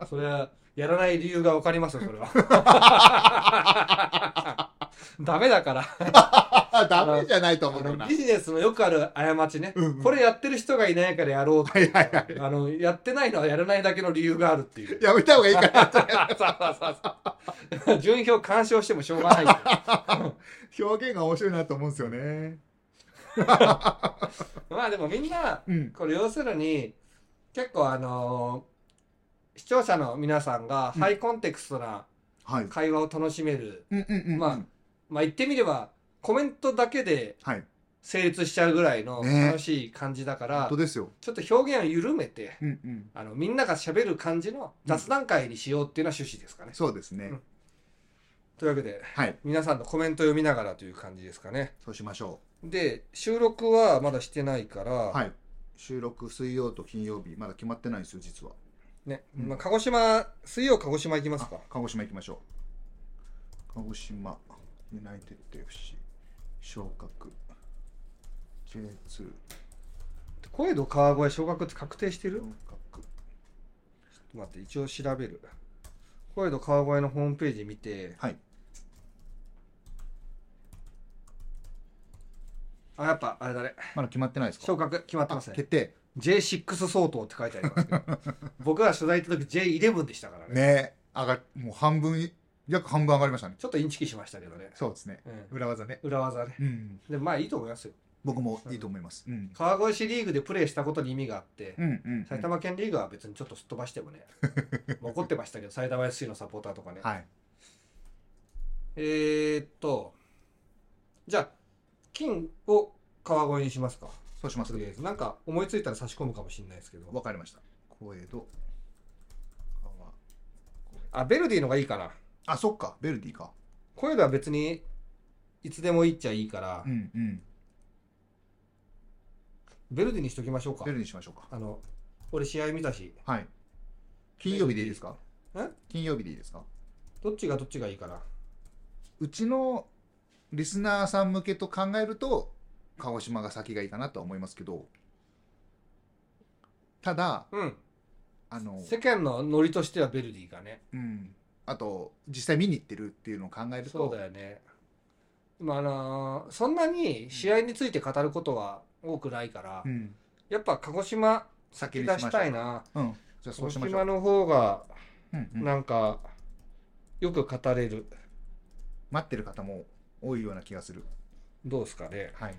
S2: それはやらない理由が分かりますよそれはダメだから
S1: ダメじゃないと
S2: あ
S1: 思うけど
S2: の
S1: な。
S2: ビジネスのよくある過ちね、
S1: うんうん
S2: これやってる人がいないからやろうっていう
S1: はいはい
S2: あのやってないのはやらないだけの理由があるっていう
S1: やめた方がいいかな。
S2: そうそうそうそう順位表干渉してもしょうがないっていう
S1: 表現が面白いなと思うんですよね。
S2: まあでもみんな
S1: うん。
S2: これ要するに結構あのー視聴者の皆さんが
S1: うん
S2: ハイコンテクストな
S1: はい。
S2: 会話を楽しめる、
S1: うんうんうん。
S2: まあまあ言ってみればコメントだけで
S1: はい。
S2: 成立しちゃうぐらいの
S1: ね
S2: 楽しい感じだから、
S1: 本当ですよ。
S2: ちょっと表現を緩めて
S1: うんうん。
S2: あのみんなが喋る感じの雑談会にしようっていうのは趣旨ですかね。
S1: そうですね。
S2: うんというわけで
S1: はい。
S2: 皆さんのコメントを読みながらという感じですかね。
S1: そうしましょ
S2: で収録はまだしてないから、
S1: う。はい。収録水曜と金曜日、まだ決まってないんですよ、実は。
S2: ね
S1: うん
S2: まあ、鹿児島水曜鹿児島行きますか
S1: あ鹿児島行きましょう。鹿児島、ユナイテッド FC、昇格、J2、昇
S2: 声の川越昇格って確定してる
S1: 格。
S2: ちょっと待って一応調べる声の川越のホームページ見て
S1: はい。
S2: あやっぱあれだね
S1: まだ決まってないですか
S2: 昇格決まってます
S1: あ
S2: ね
S1: 決定。
S2: J6 相当って書いてありますけど 僕が取材行った時 J11 でしたからね
S1: ね上がもう半分、約半分上がりましたね。
S2: ちょっとインチキしましたけどね、
S1: そうですね。
S2: うん
S1: 裏技ね。
S2: 裏技ね
S1: うん。
S2: でまあいいと思いますよ
S1: 僕もいいと思います。うん。
S2: 川越市リーグでプレーしたことに意味があって、
S1: うんうん。
S2: 埼玉県リーグは別にちょっとすっ飛ばして もねもう怒ってましたけど埼玉 SC のサポーターとかね、
S1: はい。
S2: えー、っとじゃあ金を川越にしますか
S1: そうします
S2: と。りあえずなんか思いついたら差し込むかもしれないですけど
S1: わかりました。小江戸。川
S2: あベルディのがいいかな
S1: あ、そっか。ベルディか。
S2: こういうのは別にいつでもいいっちゃいいから、
S1: うんうん。
S2: ベルディにしときましょうか
S1: ベルディにしましょうか。
S2: あの俺試合見たし
S1: はい。金曜日でいいですか
S2: ベルディ
S1: 金曜日でいいですか
S2: どっちがどっちがいいかな
S1: うちのリスナーさん向けと考えると、鹿児島が先がいいかなとは思いますけど、ただ、
S2: うん
S1: あの、
S2: 世間のノリとしてはベルディがね
S1: うん、あと実際見に行ってるっていうのを考えると
S2: そうだよねまああのーそんなに試合について語ることは多くないから、
S1: うん、
S2: やっぱ鹿児島先出したいな
S1: うん、じゃあ
S2: 鹿
S1: そう
S2: 児
S1: しましょ
S2: 島
S1: う、
S2: の方が
S1: うんうん
S2: なんかよく語れる
S1: 待ってる方も多いような気がする
S2: どうですかね
S1: はい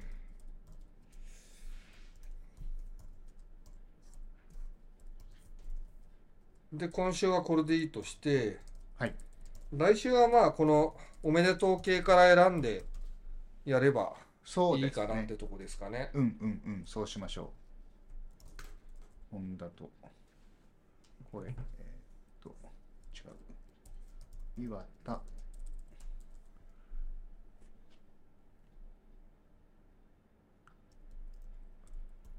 S2: で今週はこれでいいとして、
S1: はい
S2: 来週はまあこのおめでとう系から選んでやれば
S1: そう
S2: い
S1: で
S2: い
S1: すね
S2: かなってとこですかね
S1: うんうんうんそうしましょう本田とこれえーっと違う岩田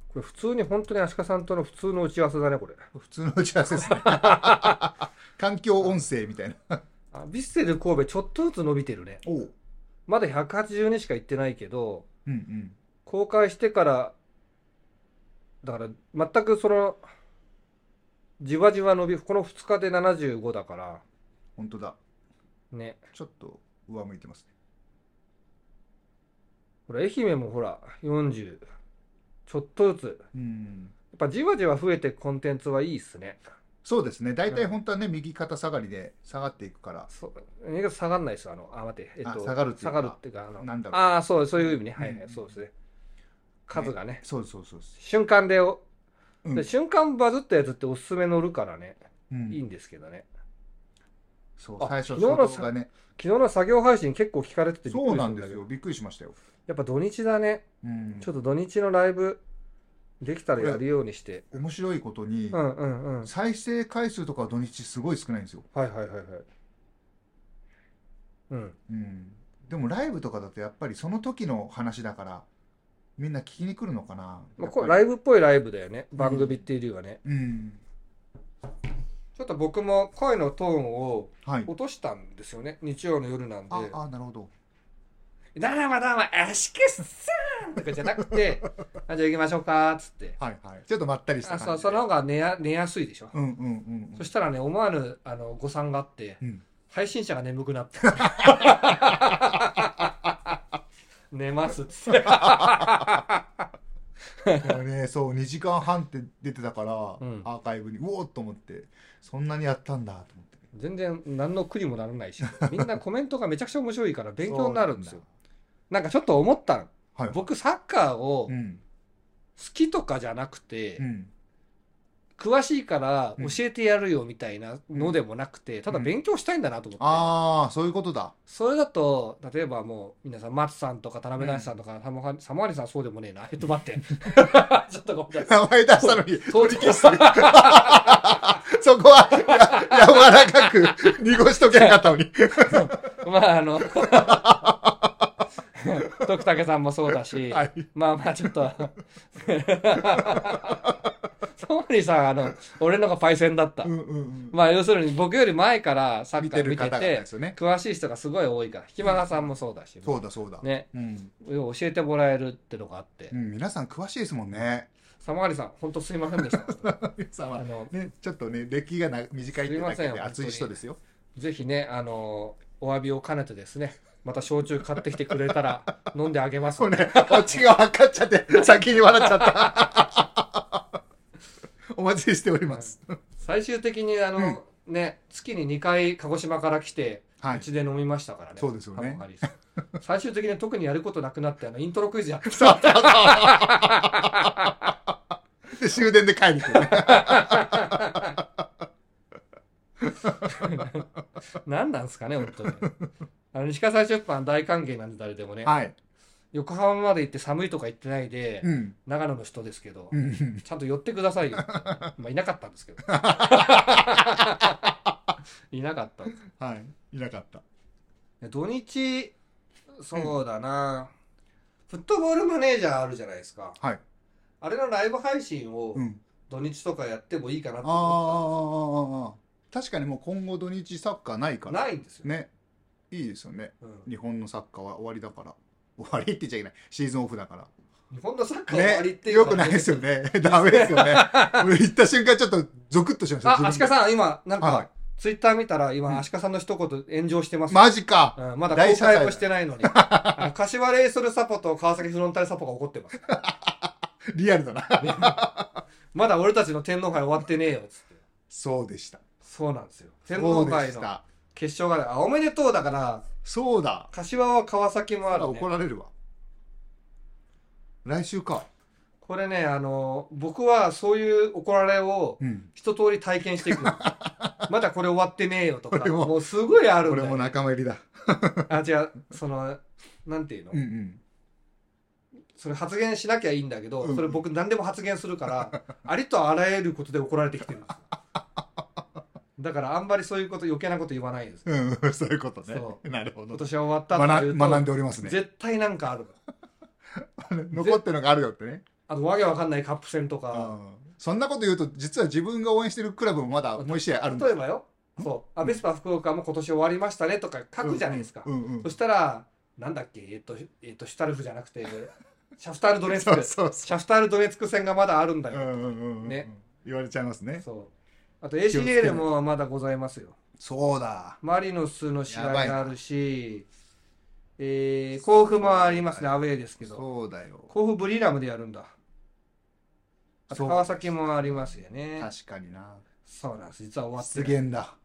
S2: これ普通に本当に足利さんとの普通の打ち合わせだねこれ
S1: 普通の打ち合わせです ね環境音声みたいな
S2: あヴィッセル神戸ちょっとずつ伸びてるね
S1: おう
S2: まだ180にしか行ってないけど
S1: うんうん
S2: 公開してからだから全くそのじわじわ伸びこの2日で75だから
S1: 本当だ
S2: ね
S1: ちょっと上向いてますね
S2: ほら愛媛もほら40ちょっとずつ
S1: うん
S2: やっぱじわじわ増えてくコンテンツはいいっすね
S1: そうですね大体本当はね右肩下がりで下がっていくから
S2: そうえ下がんないっすあのあ待って、えっ
S1: あ
S2: と、
S1: 下がるっていうか
S2: 下がるっていうかあの
S1: なんだろう
S2: ああそうそういう意味ね、
S1: うん
S2: はいはいそうですね数がね
S1: そうそうそうそ
S2: 瞬間で,、
S1: う、うん
S2: で瞬間バズったやつっておすすめ乗るからね、
S1: うん
S2: いいんですけどね
S1: そう
S2: あ
S1: 最初
S2: 昨日の
S1: 初動がね
S2: 昨日の作業配信結構聞かれててびっくり
S1: そう
S2: し
S1: な
S2: た
S1: ん
S2: ん
S1: で
S2: だ
S1: す
S2: けど
S1: よびっくりしましたよ、
S2: やっぱ土日だね、
S1: うん、
S2: ちょっと土日のライブできたらやるようにして
S1: 面白いことに、
S2: うんうんうんはい
S1: 再生回数とかは土日すごい少ないんですよ、
S2: はいはいはいうん
S1: うん、でもライブとかだとやっぱりその時の話だからみんな聞きに来るのかな、
S2: まあ、これ
S1: や
S2: ラ
S1: っぱ
S2: イブっぽいライブだよね番組っていうよりはね、
S1: りうん
S2: ちょっと僕も声のトーンを
S1: はい
S2: 落としたんですよね日曜の夜なんで
S1: ああなるほど
S2: 「どうもどうもアシクさん!」とかじゃなくて 「あじゃあ行きましょうか」っつって
S1: はいはいちょっとまったりした
S2: あそ
S1: 感
S2: う
S1: じ
S2: その方が寝や寝やすいでしょ、
S1: うんうんうん
S2: そしたらね思わぬあの誤算があって、
S1: うん
S2: 配信者が眠くなった 寝ますっつって、
S1: これね そう2時間半って出てたから、
S2: ん
S1: アーカイブにうおーっと思ってそんなにやったんだと思って
S2: 全然何の苦にもならないしみんなコメントがめちゃくちゃ面白いから勉強になるんですよなんかちょっと思ったの
S1: そうなんだはい
S2: 僕サッカーを
S1: う
S2: 好
S1: ん
S2: きとかじゃなくて、
S1: うん
S2: 詳しいから教えてやるよみたいなのでもなくて、ただ勉強したいんだなと思って、
S1: ああそういうことだ
S2: それだと例えばもう皆さん松さんとか田辺大志さんとか、サモハサモハリさんそうでもねえなえっと 待って ちょっとごめんなさい
S1: 名前出したのに
S2: そう
S1: そこはや柔らかく濁しとけなかったのに。
S2: まああの 徳武さんもそうだし、
S1: はい
S2: まあまあちょっとサモハリさんあの俺のがパイセンだった、
S1: うんうんうん
S2: まあ要するに僕より前からサッ
S1: 見
S2: カー
S1: て
S2: 見
S1: る
S2: てて
S1: 方々ですよね。
S2: 詳しい人がすごい多いから引間さんもそうだし、
S1: そうだそうだ。
S2: ね
S1: うん、
S2: 教えてもらえるってのがあって、
S1: うん、皆さん詳しいですもんね。
S2: サマガリさん本当すいませんでした
S1: 皆さん
S2: あ
S1: は
S2: の
S1: ね、ちょっとね、歴がな短いってだ
S2: すい
S1: け
S2: ませ
S1: で
S2: ん
S1: 熱い人ですよ。
S2: ぜひねあのお詫びを兼ねてですねまた焼酎買ってきてくれた ら飲んであげます
S1: そ
S2: の
S1: う
S2: で
S1: ね、こっちが分かっちゃって、先に笑っちゃった。 お待ちしております。
S2: 最終的にあの、ね月に2回鹿児島から来て
S1: は
S2: う
S1: い。
S2: ちで飲みましたからね、
S1: そうですよね
S2: サマガリさん最終的に特にやることなくなってあのイントロクイズやって
S1: そうそうそうで終電で帰るっていうね。
S2: 何なんですかね本当にあの西葛西出版大歓迎なんで誰でもね、
S1: はい。
S2: 横浜まで行って寒いとか行ってないで、
S1: うん。
S2: 長野の人ですけど、
S1: うんうん
S2: ちゃんと寄ってくださいよ。まあ、いなかったんですけ ど。いなかった。
S1: はい。いなかった。
S2: 土日、そうだな、フットボールマネージャーあるじゃないですか。
S1: はい。
S2: あれのライブ配信を
S1: うん。
S2: 土日とかやってもいいかなと
S1: あ
S2: 思っ
S1: あ確かにもう今後土日サッカーない
S2: た。
S1: からら
S2: ないんですよ。
S1: ねいいですよね
S2: うん
S1: 日本のサッカーは終わりだから終わりって言っちゃいけないシーズンオフだから
S2: こんなサッカー終わりっ
S1: ね
S2: て、いう
S1: よ
S2: の
S1: く
S2: は
S1: ないですよ ね。ダメですよね。俺言った瞬間ちょっとゾクッとしました。
S2: あ、アシカ
S1: ん。
S2: さん、今、なん
S1: はいはい
S2: か、ツイッター見たら、今、
S1: うん
S2: アシカさんの一言炎上してます。
S1: マジか。
S2: うんまだ
S1: 大
S2: 公
S1: 謝罪だ
S2: 開もしてない のに。あの柏レイソルサポと川崎フロンターレサポが怒って ます。
S1: リアルだな。
S2: まだ俺たちの天皇杯終わってねえよ、つって。
S1: そうでした。
S2: そうなんですよ。天
S1: そ
S2: 皇
S1: うで
S2: 杯
S1: し
S2: の
S1: た。
S2: 決勝が、あ、おめでとうだから、
S1: そうだ。
S2: 柏は川崎もある、ね
S1: 怒。られるわ。来週か。
S2: これね、あの、僕はそういう怒られを
S1: うん。
S2: 一通り体験して いくんですよまだこれ終わってねえよとか、
S1: 俺も
S2: もうすごいあるん
S1: 俺
S2: だ
S1: も
S2: よ。
S1: 仲間入りだ。
S2: あ、違う、その、なんていうの、
S1: うんうん。
S2: それ発言しなきゃいいんだけど、
S1: うん
S2: それ僕何でも発言するから、ありとあらゆることで怒られてきてるんですよ。 だからあんまりそういうこと、余計なこと言わないです。
S1: うん、そういうことね
S2: そ。
S1: なるほ
S2: 今
S1: ど。
S2: 年は終わったってい
S1: 学
S2: うと、
S1: 学んでおりますね。
S2: 絶対なんかある。
S1: 残ってるのがあるよってね。
S2: あと、わけわかんないカップ戦と
S1: う
S2: か、
S1: んそんなこと言うと、実は自分が応援してるクラブもまだもう一試合あるんだ
S2: 例えばよ、そう、アベスパ福岡も今年終わりましたねとか書くじゃないですか。
S1: うんうん
S2: そ。したら、なんだっけ、えっと、えっと、シュタルフじゃなく て、シャフタールドネツ
S1: そう
S2: ク。
S1: そうそ
S2: シャフタールドネツク戦がまだあるんだ
S1: う。うん
S2: よ。
S1: うんうんうん。
S2: ね
S1: 言われちゃいますね。
S2: そう。あと ACL もまだございますよ。
S1: そうだ。
S2: マリノスの試合
S1: やばいな
S2: があるし、えー、甲府もありますね、アウェーですけど。
S1: そうだよ。
S2: 甲府ブリラムでやるんだ。あ
S1: そ
S2: と
S1: う
S2: 川崎もありますよね。
S1: 確かにな。
S2: そうなんです。実は終わって
S1: 失
S2: ない
S1: 言だ。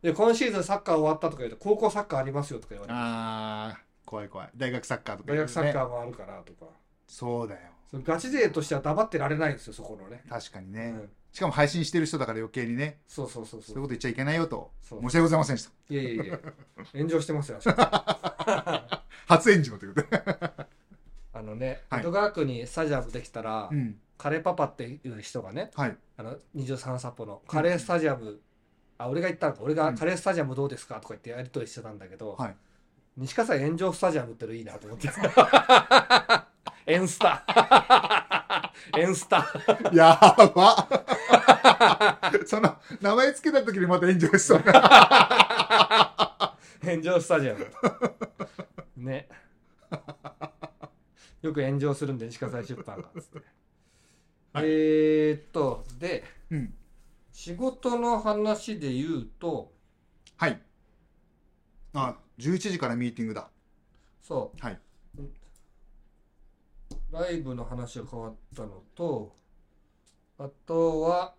S2: で、今シーズンサッカー終わったとか言うと、高校サッカーありますよとか言われて、
S1: あー、怖い怖い。大学サッカーとか
S2: 大
S1: 言う
S2: 学
S1: ね
S2: サッカーもあるからとか。
S1: そうだよ。
S2: そのガチ勢としては黙ってられないんですよ、そこのね。
S1: 確かに
S2: う
S1: ね。
S2: ん
S1: しかも配信してる人だから余計にね、
S2: そうそうそう
S1: そ
S2: そ
S1: い
S2: う
S1: う
S2: う。
S1: こと言っちゃいけないよと。
S2: そう
S1: 申し訳ございませんでした。
S2: いやいやいや、炎上してますよ、
S1: 初炎上ということで。
S2: あのね、
S1: はい
S2: 江戸川区にスタジアムできたら、
S1: うん。
S2: カレーパパっていう人がね、
S1: はい。
S2: あの23サポのカレースタジアム、あ、俺が言ったのか、俺がカレースタジアムどうですかとか言ってやりとりしてたんだけど、
S1: はい
S2: 西葛西炎上スタジアムってのいいなと思って。 エンスタ。エンスタ。
S1: やばその、名前つけた時にまた炎上しそう な。
S2: 炎上スタジアム。ね。よく炎上するんで、西葛西出版が。つって
S1: はい
S2: えーっと、で、
S1: うん。
S2: 仕事の話で言うと、
S1: はい。あ、11時からミーティングだ。
S2: そう、
S1: はい
S2: ライブの話が変わったのと、あとは、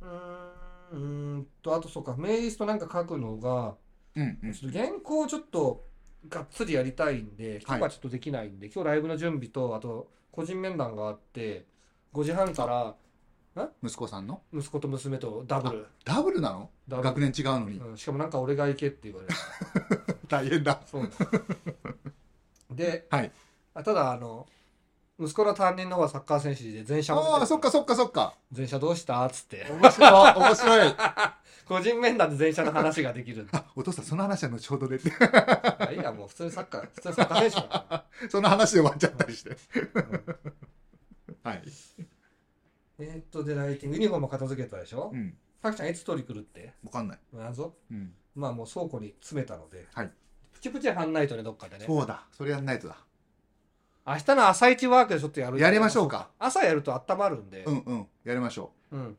S2: うーんうーんと、あとそうか、メイリストなんか書くのが、
S1: うんうん。
S2: ちょっと原稿をちょっとがっつりやりたいんで、今日はちょっとできないんで、今日ライブの準備と、あと個人面談があって、5時半から
S1: 息子さんの
S2: 息子と娘とダブル、
S1: ダブルなの
S2: ダブル
S1: 学年違うのに。
S2: うん、しかもなんか俺が行けって 言われる。
S1: 大変だ。
S2: そうで、
S1: はい
S2: あただあの息子の担任の方はサッカー選手で全社持って
S1: ああ、そっかそっかそっか。
S2: 全社どうしたっつって
S1: 面白い。面白い。
S2: 個人面談で全社の話ができるんで
S1: あ、お父さん、その話は後ほどで って。
S2: いやもう普通にサッカー普通にサッカー選手だか
S1: その話で終わっちゃったりして。
S2: ら、うん
S1: はい。
S2: えーっとでライティングユニフォーム片付けたでしょ
S1: うん。
S2: さきちゃんいつ取り来るって
S1: わかんない。
S2: 謎
S1: うん。
S2: まあもう倉庫に詰めたので、
S1: はい
S2: プチプチ貼んないとねどっかでね
S1: そうだ。それやんないとだ。
S2: 明日の朝一ワークでちょっとやる
S1: やりましょうか。
S2: 朝やると温まるんで
S1: うんうん。やりましょ
S2: うん。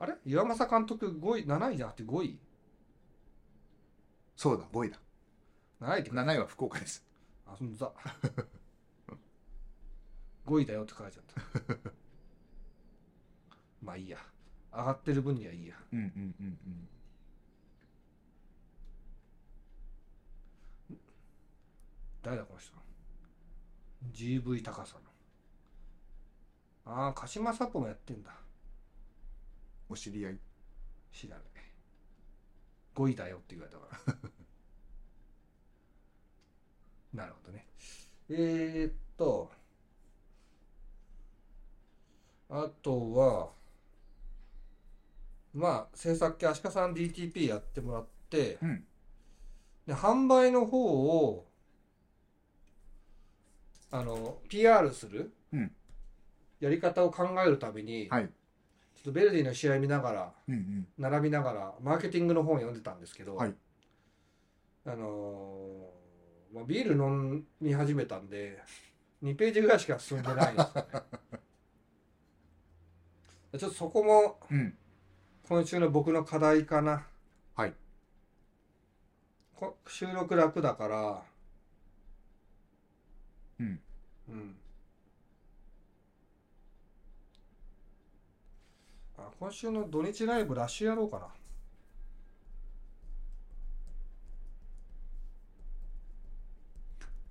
S2: あれ岩政監督5位、7位じゃなくて5位
S1: う。そうだ、5位だ。
S2: ?7 位って書いてある
S1: 7位は福岡です。
S2: あ、そん だ。5位だよって書いちゃった。 まあいいや。上がってる分にはいいや。
S1: うんうんうんうん。
S2: 誰だこの人。GV 高さの。ああ、鹿島サポもやってんだ。
S1: お知り合い。
S2: 知らない。5位だよって言われたから。 なるほどね。えー、っと、あとは、まあ、制作系、アシカさん DTP やってもらって、
S1: うん
S2: で、販売の方を、あの、PR する、
S1: うん
S2: やり方を考えるために、
S1: はい。
S2: ちょっとベルディの試合見ながら、
S1: うんうん。
S2: 並びながらマーケティングの本を読んでたんですけど、
S1: はい
S2: あのーまあ、もうビール飲み始めたんで2ページぐらいしか進んでないですね ちょっとそこも
S1: うん。
S2: 今週の僕の課題かな
S1: はい
S2: こ収録楽だから
S1: うん
S2: うんあ今週の土日ライブラッシュやろうかな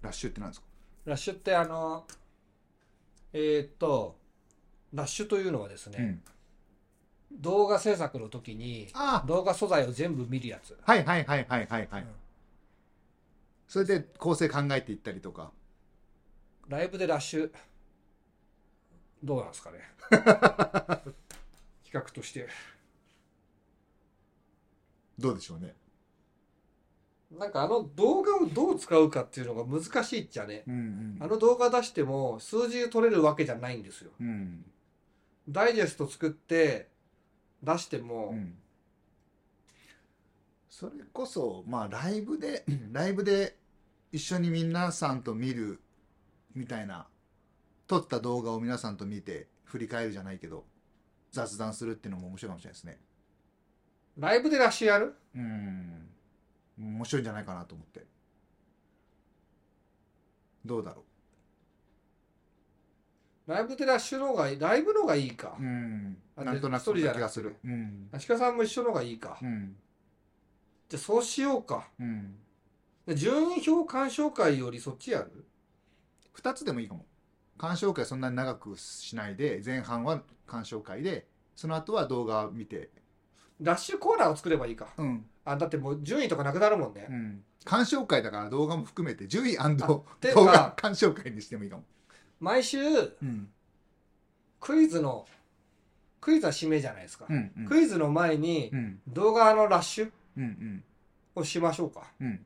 S1: ラッシュってなんですか
S2: ラッシュってあのえーっとラッシュというのはですね、
S1: うん。
S2: 動画制作の時に
S1: あ
S2: 動画素材を全部見るやつ、
S1: あ、はいはいはいはいはいは
S2: う
S1: い
S2: ん。
S1: それで構成考えていったりとか。
S2: ライブでラッシュどうなんですかね 企画として
S1: どうでしょうね。
S2: なんかあの動画をどう使うかっていうのが難しいっちゃね
S1: うんうん
S2: あの動画出しても数字取れるわけじゃないんですよ
S1: うん。
S2: ダイジェスト作って出して
S1: う
S2: も、
S1: ん。それこそ、まあライブで、 ライブで一緒に皆さんと見るみたいな、撮った動画を皆さんと見て振り返るじゃないけど、雑談するっていうのも面白いかもしれないですね。
S2: ライブでラッシュやる
S1: うん。面白いんじゃないかなと思って。どうだろ
S2: ライブでラッシュの方がいいライブの方がいいか
S1: う。うん。
S2: あ
S1: なんとなく
S2: じゃ
S1: そ
S2: あ
S1: ん
S2: 一人じ
S1: な
S2: ゃ
S1: 気
S2: な
S1: が
S2: くて
S1: する。うん。
S2: アシカさんも一緒の方がいいか
S1: うん。
S2: じゃあそうしようか
S1: うん。
S2: 順位表鑑賞会よりそっちやる
S1: 2つでもいいかも鑑賞会そんなに長くしないで前半は鑑賞会でその後は動画見て
S2: ラッシュコーナーを作ればいいか
S1: うん
S2: あだってもう順位とかなくなるもんね
S1: うん鑑賞会だから動画も含めて10位動
S2: て
S1: 画
S2: か
S1: 鑑賞会にしてもいいかも
S2: 毎週
S1: うん
S2: クイズのクイズは締めじゃないですか、
S1: うんうん
S2: クイズの前に
S1: うん
S2: 動画のラッシュ
S1: うんうん
S2: をしましょうか
S1: うん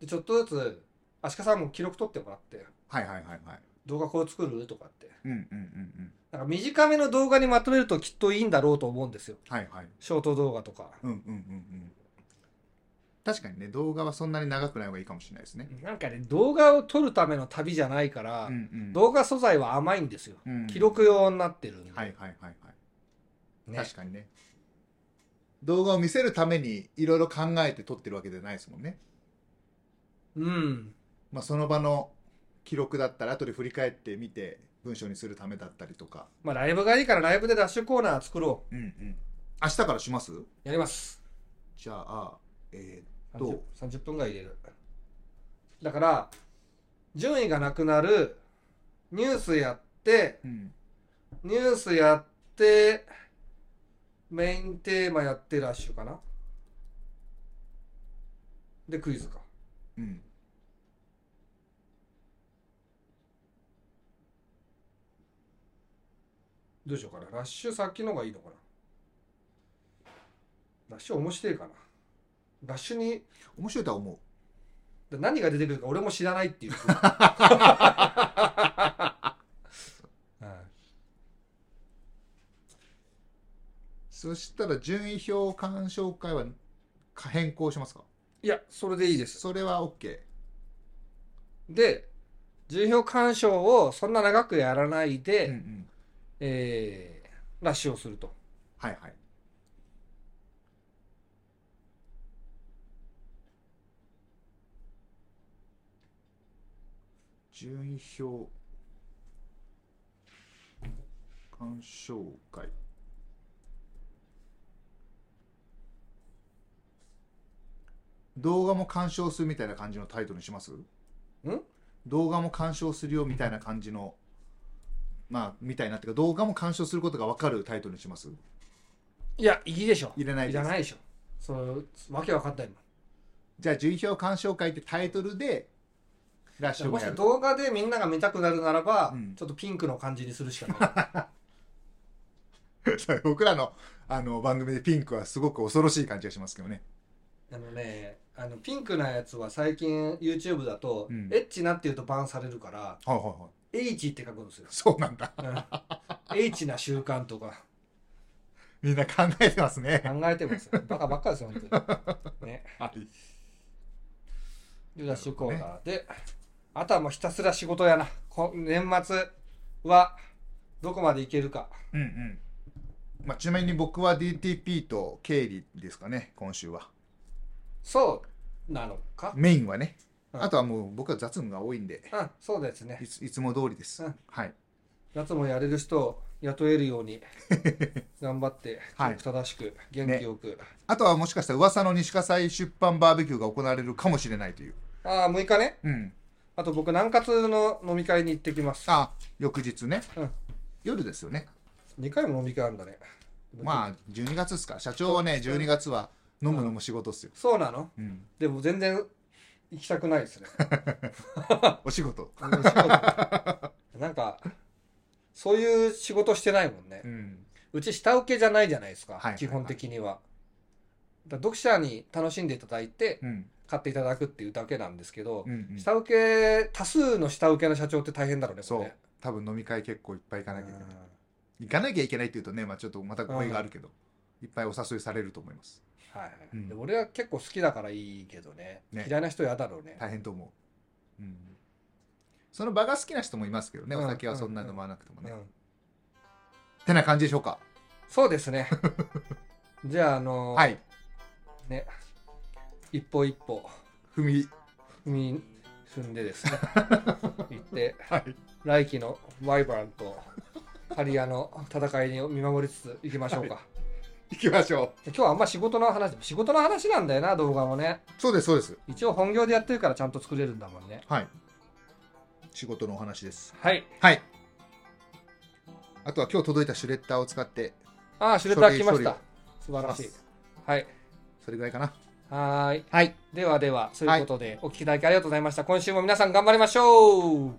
S2: でちょっとずつアシカさんも記録取ってもらって
S1: はいはいはいはい
S2: 動画こう作るとかって
S1: うんうんうんうん
S2: なんか短めの動画にまとめるときっといいんだろうと思うんですよ
S1: はいはい
S2: ショート動画とか
S1: うんうんうんうん確かにね動画はそんなに長くない方がいいかもしれないですね
S2: なんかね動画を撮るための旅じゃないから、
S1: うんうん
S2: 動画素材は甘いんですよ
S1: うん
S2: 記録用になってるんで、
S1: はいはいはいはい
S2: ね
S1: 確かにね動画を見せるためにいろいろ考えて撮ってるわけじゃないですもんね、
S2: うん
S1: まあ、その場の記録だったら後で振り返ってみて文章にするためだったりとか
S2: まあライブがいいからライブでダッシュコーナー作ろ
S1: うんうん明日からします
S2: うやります
S1: じゃあえどう
S2: 30 30分ぐらい入れるだから順位がなくなるニュースやって
S1: ーうん
S2: ニュースやってメインテーマやってラッシュかなでクイズか
S1: うん
S2: どうしようかなラッシュさっきのがいいのかなラッシュ面白いかなラッシュに
S1: 面白いとは思う
S2: で何が出てくるか俺も知らないっていう。
S1: そしたら順位表鑑賞会はか変更しますか
S2: いや、それでいいです。
S1: それは OK
S2: で、順位表鑑賞をそんな長くやらないで、
S1: うんうん
S2: えーラッシュをすると。
S1: はいはい順位表鑑賞会動画も鑑賞するみたいな感じのタイトルにしますん動画も鑑賞するよみたいな感じのまあみたいなっていうか動画も鑑賞することが分かるタイトルにします
S2: いや、いいでしょ。
S1: 入れない
S2: じ
S1: で
S2: ゃ
S1: す
S2: ないでしょ。そのわけわかんないもん。
S1: じゃあ順位表鑑賞会ってタイトルでラッシュを
S2: も
S1: や
S2: し
S1: る
S2: 動画でみんなが見たくなるならば、
S1: うん
S2: ちょっとピンクの感じにするしか ない。
S1: それ僕らのあの番組でピンクはすごく恐ろしい感じがしますけどね
S2: あのね、あのピンクなやつは最近 YouTube だと、
S1: うん
S2: エッチなっていうとバンされるから、
S1: はいはいはい
S2: H って書くんですよ。
S1: そうなんだ
S2: うん H な習慣とか
S1: みんな考えてますね
S2: 考えてますよ。バカばっかですよ、本当に。ね。
S1: はい
S2: ユダッシュコーナーで、あとはもうひたすら仕事やな。こ年末は、どこまでいけるか。
S1: うんうん。まあ、ちなみに僕は DTP と経理ですかね、今週は。
S2: そうなのか。
S1: メインはね。
S2: うん
S1: あとはもう僕は雑務が多いんで、
S2: うん、そうですね
S1: い。ついつも通りです
S2: うん。
S1: はい。
S2: 夏もやれる人を雇えるように頑張って、
S1: はい
S2: 記憶正しく、元気よく。
S1: あとはもしかしたら噂の西葛西出版バーベキューが行われるかもしれないという。
S2: ああ、6日ね。
S1: うん。
S2: あと僕、南葛の飲み会に行ってきます。
S1: あ、翌日ね。
S2: うん
S1: 夜ですよね。
S2: 2回も飲み会あるんだね。
S1: まあ、12月ですか。社長はね、12月は飲むのも仕事っすよ。
S2: そうなの
S1: うん。
S2: でも全然行きたくないですね。
S1: お仕事。
S2: なんか、そういう仕事してないもんね。
S1: うん。
S2: うち下請けじゃないじゃないですか、
S1: はいはいはい
S2: 基本的には。だから読者に楽しんでいただいて、
S1: うん。
S2: 買っていただくっていうだけなんですけど
S1: う、ん、うん。
S2: 下請け、多数の下請けの社長って大変だろうね、これ
S1: そう
S2: ね。
S1: 多分飲み会結構いっぱい行かなきゃいけない。
S2: うん
S1: 行かなきゃいけないっていうとね、まあ、ちょっとまた声があるけど、いっぱいお誘いされると思います。
S2: はいはい
S1: うん
S2: で俺は結構好きだからいいけどね。
S1: ね
S2: 嫌いな人やだろうね。
S1: 大変と思う。うん、その場が好きな人もいますけどね、
S2: うん
S1: お酒はそんなに飲まなくてもね。
S2: うん
S1: てな感じでしょうか。
S2: そうで すね。じゃあ、あのー
S1: はい。
S2: ね、一歩一歩
S1: 踏み、
S2: 踏み踏ん でですね、行って、
S1: はい。
S2: 来季のワイバランとハリアの戦いを見守りつつ行きましょうか。
S1: 行きましょ
S2: 今日はあんま仕事の話、仕事の話なんだよな、動画もね。
S1: う。そうです、そうです。
S2: 一応本業でやってるからちゃんと作れるんだもんね。
S1: はい。仕事のお話です。
S2: はい。
S1: はい。あとは今日届いたシュレッダーを使って、
S2: ああ、シュレッダー来まし
S1: 処
S2: た
S1: 理。
S2: 素晴らしい
S1: します。
S2: はい。
S1: それぐらいかな。
S2: はーい。
S1: はい。
S2: ではでは、そういうことで、お聞きいただきありがとうございました。今週も皆さん頑張りましょう